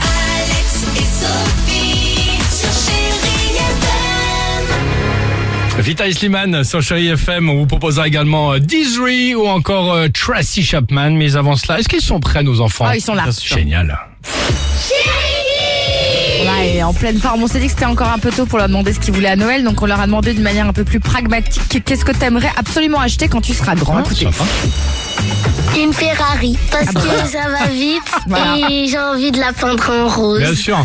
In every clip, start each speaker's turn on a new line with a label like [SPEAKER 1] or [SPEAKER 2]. [SPEAKER 1] Alex et Sophie sur Chérie FM.
[SPEAKER 2] Vita Sliman sur Chéri FM, on vous proposera également euh, Dizzy ou encore euh, Tracy Chapman. Mais avant cela, est-ce qu'ils sont prêts nos enfants
[SPEAKER 3] Ah, ils sont là.
[SPEAKER 2] Génial.
[SPEAKER 3] Voilà, et en pleine forme, on s'est dit que c'était encore un peu tôt pour leur demander ce qu'ils voulaient à Noël, donc on leur a demandé d'une manière un peu plus pragmatique qu'est-ce que t'aimerais absolument acheter quand tu seras grand. Écoutez,
[SPEAKER 2] sympa.
[SPEAKER 4] Une Ferrari, parce que ça va vite
[SPEAKER 3] Voilà.
[SPEAKER 4] et j'ai envie de la peindre en rose.
[SPEAKER 2] Bien sûr.
[SPEAKER 4] Euh,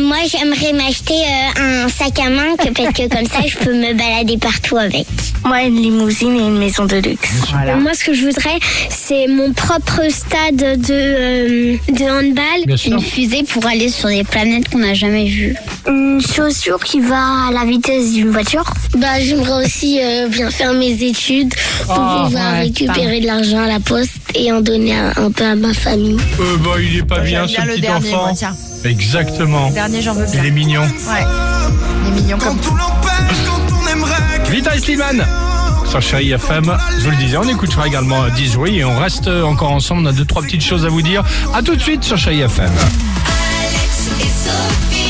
[SPEAKER 4] moi, j'aimerais m'acheter euh, un sac à main, que- parce que comme ça, je peux me balader partout avec. Moi, une limousine et une maison de luxe. Moi, ce que je voudrais, c'est mon propre stade de, euh, de handball.
[SPEAKER 2] Bien sûr. Une
[SPEAKER 4] fusée pour aller sur des planètes qu'on n'a jamais vues. Une chaussure qui va à la vitesse d'une voiture. Bah, j'aimerais aussi euh, bien faire mes études pour
[SPEAKER 2] Oh,
[SPEAKER 4] pouvoir
[SPEAKER 3] ouais,
[SPEAKER 4] récupérer de l'argent à la poste et en donner un, un peu à ma famille.
[SPEAKER 2] Euh, bah, il est pas bien,
[SPEAKER 3] j'aime
[SPEAKER 2] ce
[SPEAKER 3] bien le
[SPEAKER 2] petit
[SPEAKER 3] dernier,
[SPEAKER 2] enfant.
[SPEAKER 3] moi, tiens.
[SPEAKER 2] Exactement.
[SPEAKER 3] le dernier j'en veux bien.
[SPEAKER 2] Il est mignon.
[SPEAKER 3] Ouais. Il est mignon comme tout.
[SPEAKER 2] Vita Sliman sur Chéri FM. Je vous le disais, on écoutera également euh, Dizzy et on reste euh, encore ensemble. On a deux trois petites choses à vous dire. À tout de suite sur Chéri FM.
[SPEAKER 1] Alex et Sophie.